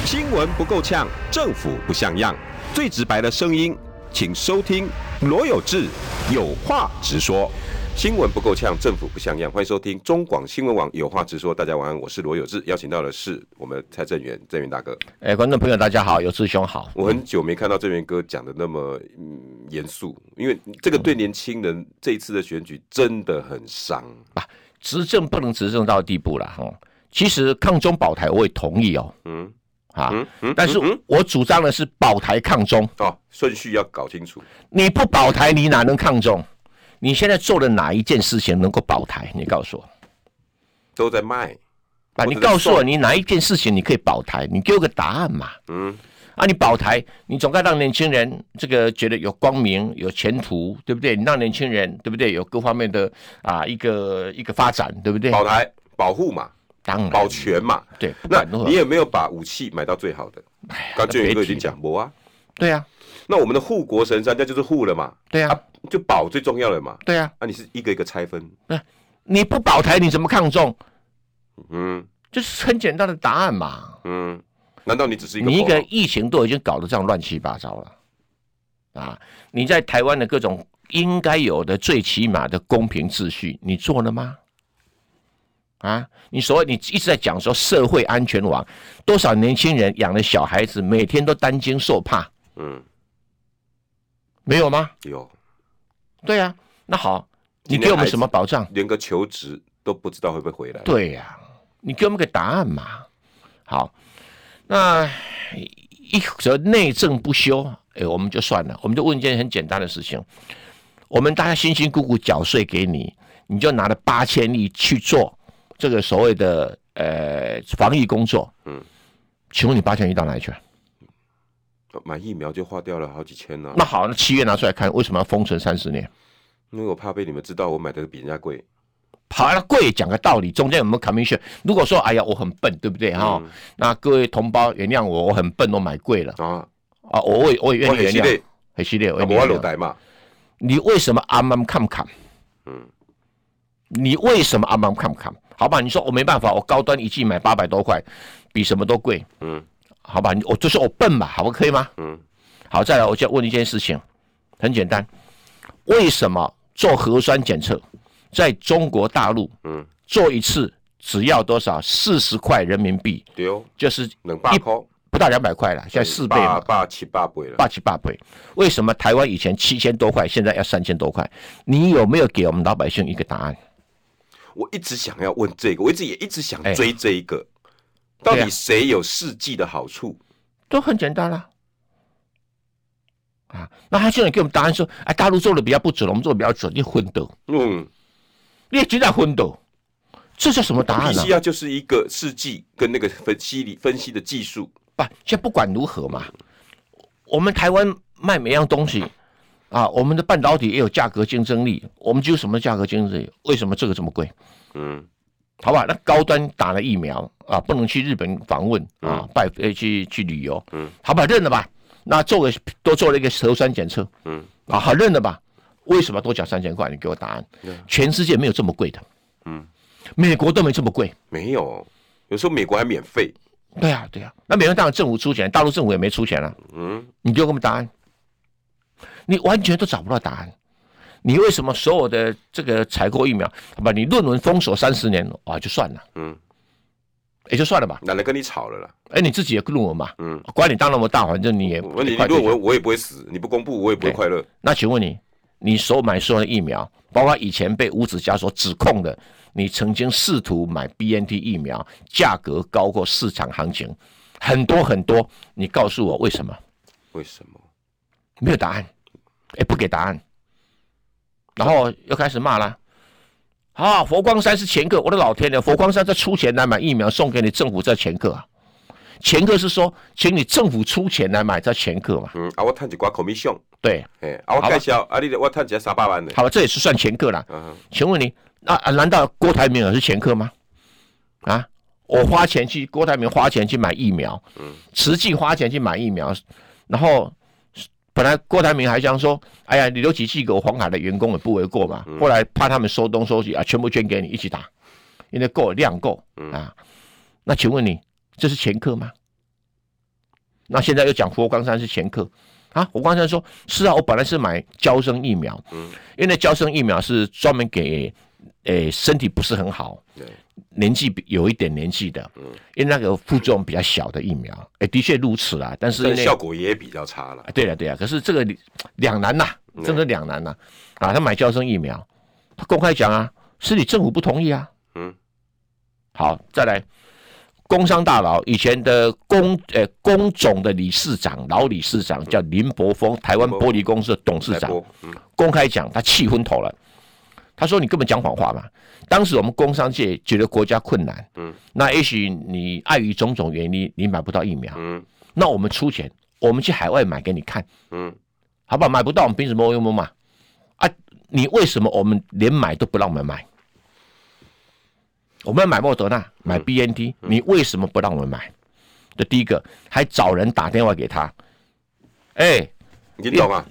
新闻不够呛，政府不像样，最直白的声音，请收听罗有志有话直说。
新闻不够呛，政府不像样。欢迎收听中广新闻网有话直说，大家晚安，我是罗有志，邀请到的是我们蔡正元，正元大哥。
哎、观众朋友大家好，有志兄好。
我很久没看到正元哥讲的那么嗯严肃，因为这个对年轻人这一次的选举真的很伤。
执政不能执政到地步了哈、哦其实抗中保台我也同意哦，
嗯
啊，
嗯嗯，
但是
嗯嗯
我主张的是保台抗中，
哦，顺序要搞清楚。
你不保台你哪能抗中？你现在做的哪一件事情能够保台？你告诉我。
都在卖。
啊，
或
你
者
告
是
诉我
送
你哪一件事情你可以保台，你给我个答案嘛。
嗯
啊，你保台，你总该让年轻人这个觉得有光明、有前途，对不对？你让年轻人对不对有各方面的啊一个一个发展，对不对？
保台保护嘛，
当然
保全嘛。
对，不
那
管哎如何
你，有没有把武器买到最好的？刚俊宇哥已经讲过啊。
对啊，
那我们的护国神山，那就是护了嘛，
对啊，
就保最重要了嘛。
对啊，
啊，你是一个一个拆分，
你不保台你怎么抗中？
嗯
就是很简单的答案嘛。
嗯，难道你只是一个？
你一个疫情都已经搞得这样乱七八糟了，啊！你在台湾的各种应该有的最起码的公平秩序，你做了吗？啊！你所谓你一直在讲说社会安全网，多少年轻人养了小孩子，每天都担惊受怕，
嗯，
没有吗？
有
对呀、那好，你
今天
给我们
孩子
什么保障？
连个求职都不知道会不会回来。，
对呀、你给我们个答案嘛。好，那一则内政不修，哎、我们就算了，我们就问一件很简单的事情：我们大家辛辛苦苦缴税给你，你就拿了八千亿去做这个所谓的呃防疫工作，
嗯，
请问你八千亿到哪里去了？
哦买疫苗就花掉了好几千呢、
那好，那七月拿出来看，为什么要封存三十年？
因为我怕被你们知道我买的比人家贵。
好，那贵讲个道理，中间有没有 commission？如果说哎呀我很笨，对不对哈、那各位同胞原谅我，我很笨，我买贵了。
啊，
啊，我我也我也愿
我
意原
很系
谅，
列，啊
很系列，我
我
也愿
我
意
老
原谅。
台嘛，
你为什么阿曼看看？
嗯，
你为什么阿曼看看？好吧，你说我没办法，我高端一季买八百多块，比什么都贵。
嗯
好吧，你我就是我笨嘛，好吧，可以吗？
嗯，
好，再来，我就问一件事情，很简单，为什么做核酸检测在中国大陆，
嗯，
做一次只要多少？四十块人民币，
对哦，
就是
两百
一
块，
不到两百块了，现在四倍嘛
八。八七八倍了。
八七八倍。为什么台湾以前七千多块，现在要三千多块？你有没有给我们老百姓一个答案？
我一直想要问这个，我一直也一直想
哎
追这一个，到
对啊
底谁有试剂的好处？
都很简单啦、啊。那他现在给我们答案说，哎，大陆做的比较不准，我们做的比较准，你混斗，
嗯，
你也就在混斗，这叫什么答案啊
必
呢、
须要就是一个试剂跟那个分析理分析的技术。
不，现在不管如何嘛，我们台湾卖每样东西啊，我们的半导体也有价格竞争力，我们就有什么价格竞争力？为什么这个这么贵？
嗯
好吧，那高端打了疫苗啊，不能去日本访问啊，拜呃去去旅游，
嗯，
好吧，认了吧。那做个多做了一个核酸检测
嗯
啊，好认了吧。为什么多缴三千块？你给我答案。全世界没有这么贵的，
嗯，
美国都没这么贵。
没有，有时候美国还免费。
对啊，对啊。那美国当然政府出钱，大陆政府也没出钱啊。
嗯，
你给我们答案，你完全都找不到答案。你为什么所有的这个采购疫苗，好吧，你论文封锁三十年啊，就算了，
嗯，
也就算了吧。
懒得跟你吵了啦。
哎，你自己也论文嘛，
嗯，
管你当那么大，反正你也
我问你，你
也快哎
论
退休
文我也不会死，你不公布我也不会
对
快乐。
那请问你，你所买所有的疫苗，包括以前被吴子嘉所指控的，你曾经试图买 B N T 疫苗，价格高过市场行情，很多很多，你告诉我为什么？
为什么？
没有答案，哎，不给答案，然后又开始骂啦。啊，佛光山是前客，我的老天爷，佛光山在出钱来买疫苗送给你，政府在前客啊。前客是说，请你政府出钱来买，叫前客嘛？
嗯，啊，我趁一寡 commission，
对，
嘿，啊，我介绍，啊，你的我趁一三百万的，
好吧，这也是算前客啦。
嗯哼，
请问你，那、啊、难道郭台铭也是前客吗？啊，我花钱去郭台铭花钱去买疫苗，嗯，慈济花钱去买疫苗，然后本来郭台铭还想说，哎呀，你留几剂给我黄海的员工也不为过
嗯
嘛。后来怕他们收东收西啊，全部捐给你一起打，因为够量够
嗯
啊。那请问你，这是前客吗？那现在又讲佛光山是前客啊？佛光山说是啊，我本来是买胶生疫苗，
嗯
因为胶生疫苗是专门给诶、身体不是很好
对，嗯
年纪比有一点年纪的，因为那个副作用比较小的疫苗，诶、的确如此啦。但是因
但
为
效果也比较差了
啊，对了对了，可是这个两难呐、真的两难呐、啊！他买胶生疫苗，他公开讲啊，是你政府不同意啊。
嗯，
好，再来，工商大佬以前的工呃工总的理事长老理事长
嗯
叫林柏峰，台湾玻璃公司的董事
来，
长
播，嗯，
公开讲，他气昏头了。他说：“你根本讲谎话嘛！当时我们工商界觉得国家困难，
嗯，
那也许你碍于种种原因，你买不到疫苗，
嗯，
那我们出钱，我们去海外买给你看，
嗯，
好不好？买不到，我们凭什么用嘛？啊，你为什么我们连买都不让我们买？我们要买莫德纳，买 BNT，、你为什么不让我们买？这第一个，还找人打电话给他，哎、
你懂啊？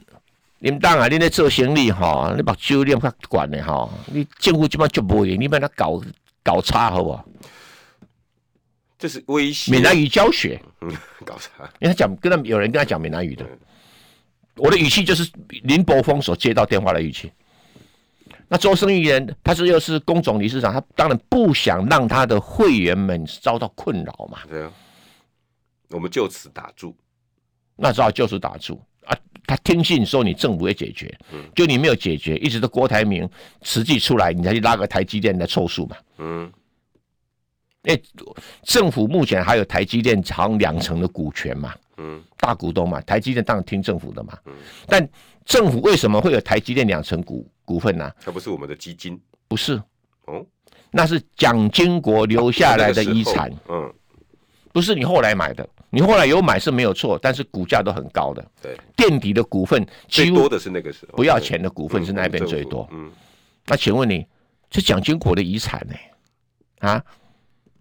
恁当啊，恁咧做生意吼，你目睭你较悬的吼，你政府即摆足无用，你别那搞搞差好不好？
这是威胁，
闽南语教学，
嗯，搞啥？
因为他讲跟他有人跟他讲闽南语的，我的语气就是林柏峰所接到电话的语气。那周生意人，他是又是工总理事长，他当然不想让他的会员们遭到困扰嘛，
对啊，我们就此打住，
那只好就此打住啊。他听信说你政府会解决，就你没有解决，一直到郭台铭实际出来，你才去拉个台积电来凑数嘛。
嗯，
哎，政府目前还有台积电长两成的股权嘛，
嗯，
大股东嘛，台积电当然听政府的嘛，但政府为什么会有台积电两成股股份呢、
它不是我们的基金
不是，
哦，
那是蒋经国留下来的
那个
遗
时候
产，，
嗯，
不是你后来买的，你后来有买是没有错，但是股价都很高的，
对，
垫底的股份
最
几乎
多的是那个时候，
不要
对
钱的股份是那边最多，
嗯，
那请问你，这蒋经国的遗产呢、啊，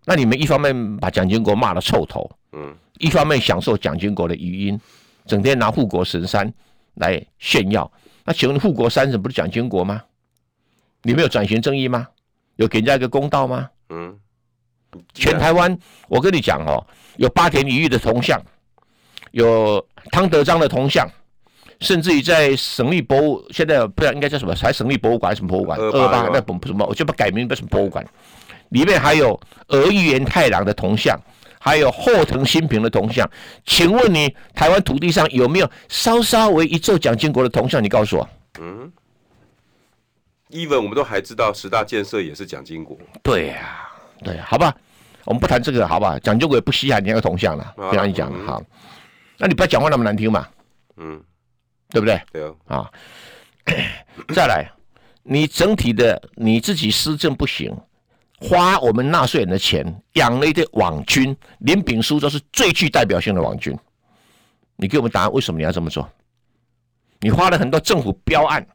那你们一方面把蒋经国骂得臭头，
嗯，
一方面享受蒋经国的余音，整天拿护国神山来炫耀。那请问护国山神不是蒋经国吗？你们有转型正义吗？有给人家一个公道吗？
嗯，嗯
全台湾，我跟你讲哦，有八田一玉的铜像，有汤德章的铜像，甚至于在省立博物，现在不知道应该叫什么，还省立博物馆还是什么博物馆？
二
二
八啊
八那本什么，我就把改名变成博物馆。里面还有俄玉元太郎的铜像，还有后藤新平的铜像。请问你，台湾土地上有没有稍稍为一座蒋经国的铜像？你告诉我。
even 我们都还知道十大建设也是蒋经国，
对呀、对呀、好吧，我们不谈这个，好吧？蒋经国也不稀罕你那个铜像了，
啊
不让你讲
嗯
了好，那你不要讲话那么难听嘛，
嗯，
对不对
对啊，
啊？ 再来，你整体的你自己施政不行，花我们纳税人的钱养了一堆网军，连炳书都是最具代表性的网军。你给我们答案，为什么你要这么做？你花了很多政府标案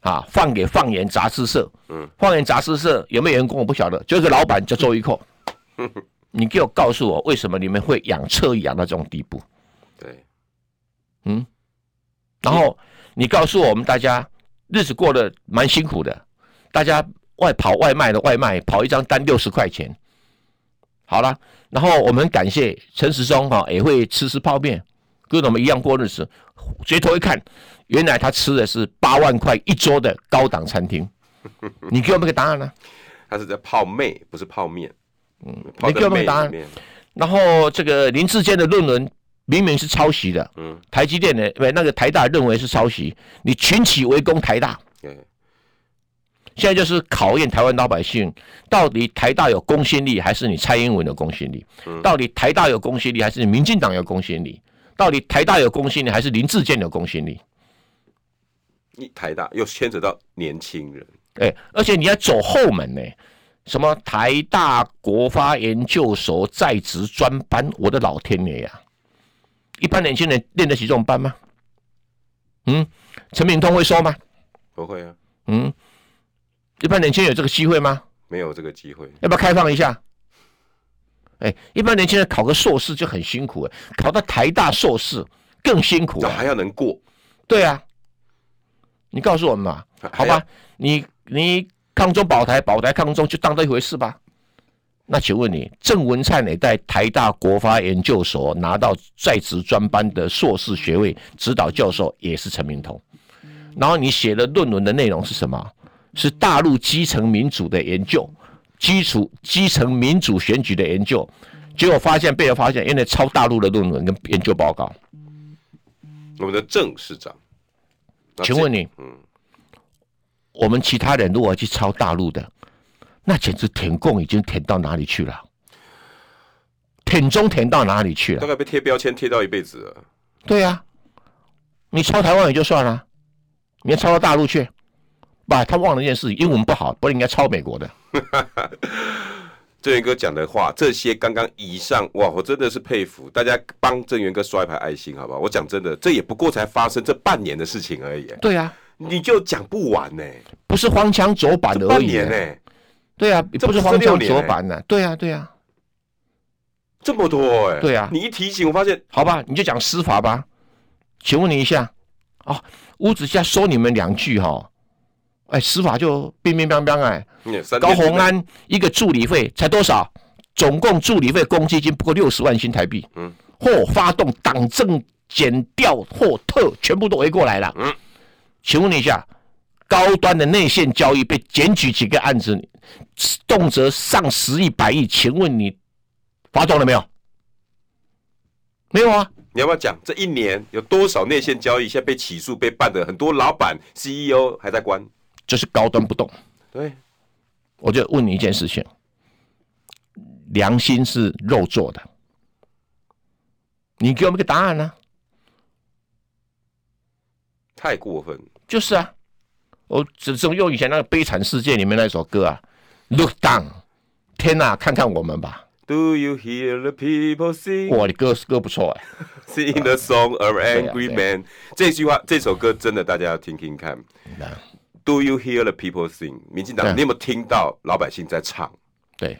啊，放给放眼杂志社，嗯，放眼杂志社有没有员工我不晓得，就一个老板叫周一蔻，你给我告诉我，为什么你们会养车养到这种地步？
对，
然后你告诉我们大家，日子过得蛮辛苦的，大家外跑外卖的外卖，跑一张单六十块钱，好啦，然后我们感谢陈时中哈、也会吃吃泡面，跟我们一样过日子。回头一看，原来他吃的是八万块一桌的高档餐厅。你给我们个答案啊呢、
他是在泡妹，不是泡面，嗯，泡
你给
在
我们
妹
答案
里面，
然后这个林志坚的论文明明是抄袭的，
嗯，
台积电的不那个台大认为是抄袭，你群起围攻台大，
对，
现在就是考验台湾老百姓，到底台大有公信力，还是你蔡英文有公信力？到底台大有公信力，还是你民进党有公信力？到底台大有公信力，还是林志坚有公信力？
一台大又牵扯到年轻人，
哎、而且你要走后门呢、什么台大国发研究所在职专班，我的老天爷呀、一般年轻人练得起这种班吗？嗯，陈敏通会收吗？
不会啊，
嗯，一般年轻人有这个机会吗？
没有这个机会。
要不要开放一下？哎、一般年轻人考个硕士就很辛苦、哎，考到台大硕士更辛苦、
那
啊。
还要能过，
对啊，你告诉我们嘛，好
还要
吧？你你抗中保台，保台抗中，就当这一回事吧。那请问你，郑文灿也在台大国发研究所拿到在职专班的硕士学位，指导教授也是陈明通。然后你写的论文的内容是什么？是大陆基层民主的研究，基础基层民主选举的研究。结果发现被人发现，原来抄大陆的论文跟研究报告。
我们的郑市长，那
请
这
问你，
嗯
我们其他人如果去抄大陆的，那简直舔共已经舔到哪里去了？舔中舔到哪里去
大
了？
概被贴标签贴到一辈子了，
对呀、啊，你抄台湾也就算了，你要抄到大陆去，把他忘了一件事情，英文不好，不应该抄美国的。
郑源哥讲的话，这些刚刚以上，哇，我真的是佩服大家帮郑源哥刷一排爱心，好不好？我讲真的，这也不过才发生这半年的事情而已，
对呀、啊，
你就讲不完呢、
不是荒腔走板
这
而
半
已、啊
年呢、欸
对呀、啊，
这
不
不是
是荒
六
腔
年
走
欸
板呢、对呀、啊，对呀、啊。
这么多哎、
对啊
你一提醒，我发现
好吧，你就讲司法吧。请问你一下，哦，屋子下说你们两句哈、哦，哎，司法就冰冰冰冰哎，
嗯三
高
天之内
鸿安一个助理费才多少？总共助理费公积金不过六十万新台币，
嗯，
或发动党政减调或特全部都围过来了，
嗯，
请问你一下，高端的内线交易被检举几个案子，动辄上十亿百亿，请问你发动了没有？没有啊，
你要不要讲这一年有多少内线交易现在被起诉被办的？很多老板 CEO 还在关。
就是高端不动。
对，
我就问你一件事情：良心是肉做的，你给我们一个答案呢、啊
太过分。
就是啊，我只只用以前那个《悲惨世界》里面那首歌啊，Look down，天哪、看看我们吧，
Do you hear the people sing
我的歌歌不错哎、
sing the song of an angry
对啊
man？、这句话这首歌真的大家要听听看。Do you hear the people sing？民进
对
党，你有没有听到老百姓在唱
对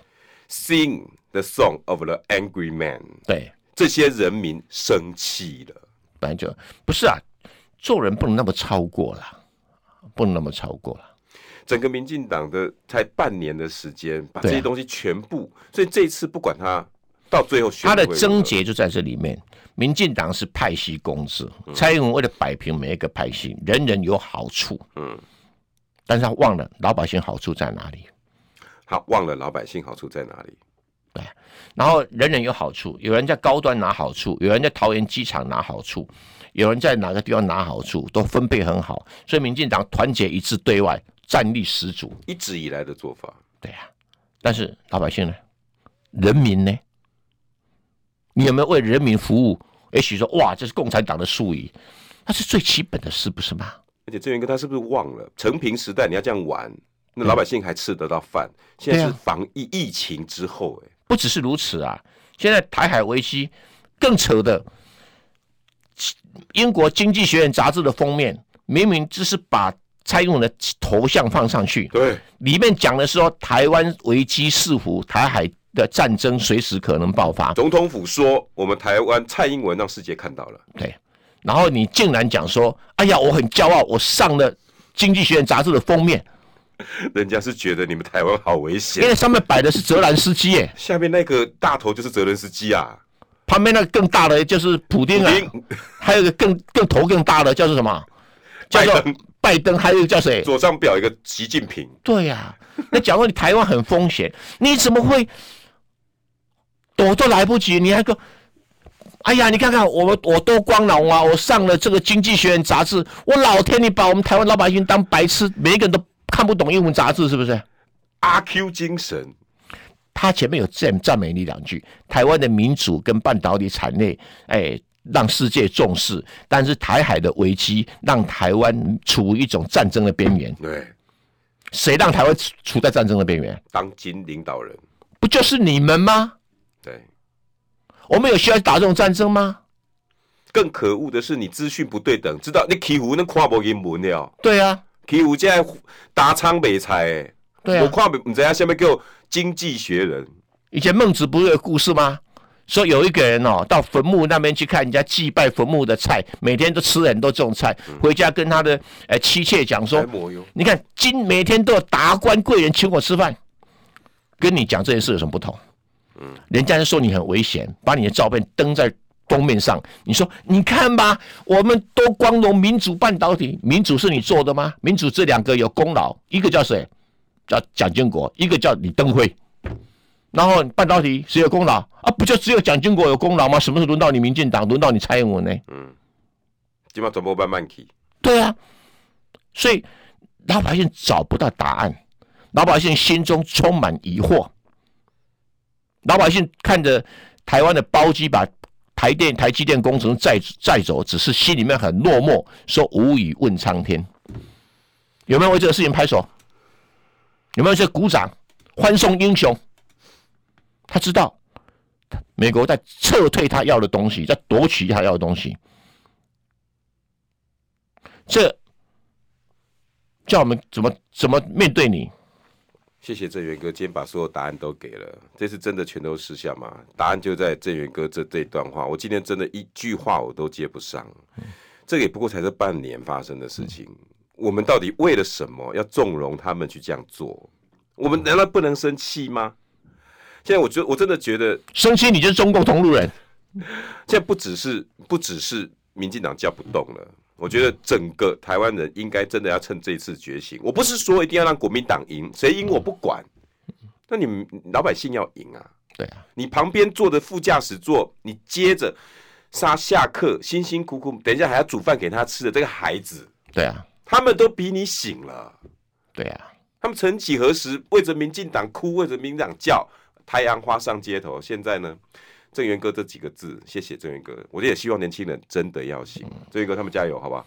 sing the song of the angry man？
对，
这些人民生气了。
本来就不是啊，做人不能那么超过了，不能那么超过了。
整个民进党的才半年的时间，把这
对啊
些东西全部，所以这一次不管他到最后选
他的
会如何
症结就在这里面。民进党是派系公制，蔡英文为了摆平每一个派系，人人有好处，嗯，但是他忘了老百姓好处在哪里。
他忘了老百姓好处在哪里。
然后人人有好处，有人在高端拿好处，有人在桃园机场拿好处，有人在哪个地方拿好处，都分配很好，所以民进党团结一致对外，战力十足。
一直以来的做法，
对呀、但是老百姓呢？人民呢？你有没有为人民服务？也许说，哇，这是共产党的术语，那是最基本的事，不是吗？
而且郑源哥他是不是忘了成平时代你要这样玩，那老百姓还吃得到饭？现在
对啊
是防疫疫情之后、哎，
不只是如此啊，现在台海危机更扯的，英国经济学院杂志的封面明明只是把蔡英文的头像放上去，
对，
里面讲的是说台湾危机四伏，台海的战争随时可能爆发。
总统府说我们台湾蔡英文让世界看到了，
对，然后你竟然讲说，哎呀，我很骄傲，我上了《经济学人》杂志的封面，
人家是觉得你们台湾好危
因为
险。
上面摆的是泽兰斯基耶，
下面那个大头就是泽连斯基啊，
旁边那个更大的就是普丁啊，
林
还有一个更更头更大的叫做什么？叫做
拜登
拜登，还有一个叫谁？
左上表一个习近平，
对呀、那假如你台湾很风险，你怎么会躲都来不及？你还个，哎呀，你看看我我多光荣啊！我上了这个《经济学人》杂志，我老天，你把我们台湾老百姓当白痴，每一个人都看不懂英文杂志，是不是？
阿 Q 精神。
他前面有赞赞美你两句，台湾的民主跟半导体产业，哎，让世界重视，但是台海的危机让台湾处于一种战争的边缘。
对，
谁让台湾处处在战争的边缘？
当今领导人，
不就是你们吗？
对，
我们有需要打这种战争吗？
更可恶的是你资讯不对等，知道你起湖那看不英文哦了，
对啊，
起湖现在打仓北菜、欸，
对啊
我看不，你知道下面叫《经济学人》，
以前孟子不是有故事吗？说有一个人哦，到坟墓那边去看人家祭拜坟墓的菜，每天都吃很多这种菜，回家跟他的呃妻妾讲说
还，抹油，
你看今每天都有达官贵人请我吃饭，跟你讲这件事有什么不同？嗯，人家就说你很危险，把你的照片登在封面上，你说你看吧，我们多光荣民主半导体，民主是你做的吗？民主这两个有功劳，一个叫谁？叫蒋经国，一个叫李登辉。然后半导体谁有功劳啊？不就只有蒋经国有功劳吗？什么时候轮到你民进党，轮到你蔡英文呢？
今晚转播班慢起，
对啊，所以老百姓找不到答案，老百姓心中充满疑惑，老百姓看着台湾的包机把台电、台积电工程载载走，只是心里面很落寞，说无以问苍天。有没有为这个事情拍手？有没有这鼓掌欢送英雄？他知道美国在撤退他要的东西，在夺取他要的东西。这叫我们怎么怎么面对你？
谢谢郑源哥，今天把所有答案都给了，这次真的全都失效吗？答案就在郑源哥这这段话，我今天真的一句话我都接不上。这个也不过才是半年发生的事情，我们到底为了什么要纵容他们去这样做？我们难道不能生气吗？现在我觉得我真的觉得，
生气你就是中共同路人，
现在不只是不只是民进党叫不动了，我觉得整个台湾人应该真的要趁这一次觉醒。我不是说一定要让国民党赢，谁赢我不管，那你们老百姓要赢啊！
对啊，
你旁边坐的副驾驶座，你接着他下课辛辛苦苦，等一下还要煮饭给他吃的这个孩子，
对啊，
他们都比你醒了。
对啊，
他们曾几何时为着民进党哭，为着民进党叫，太阳花上街头。现在呢，郑源哥这几个字，谢谢郑源哥，我也希望年轻人真的要醒。郑源哥他们加油，好不好？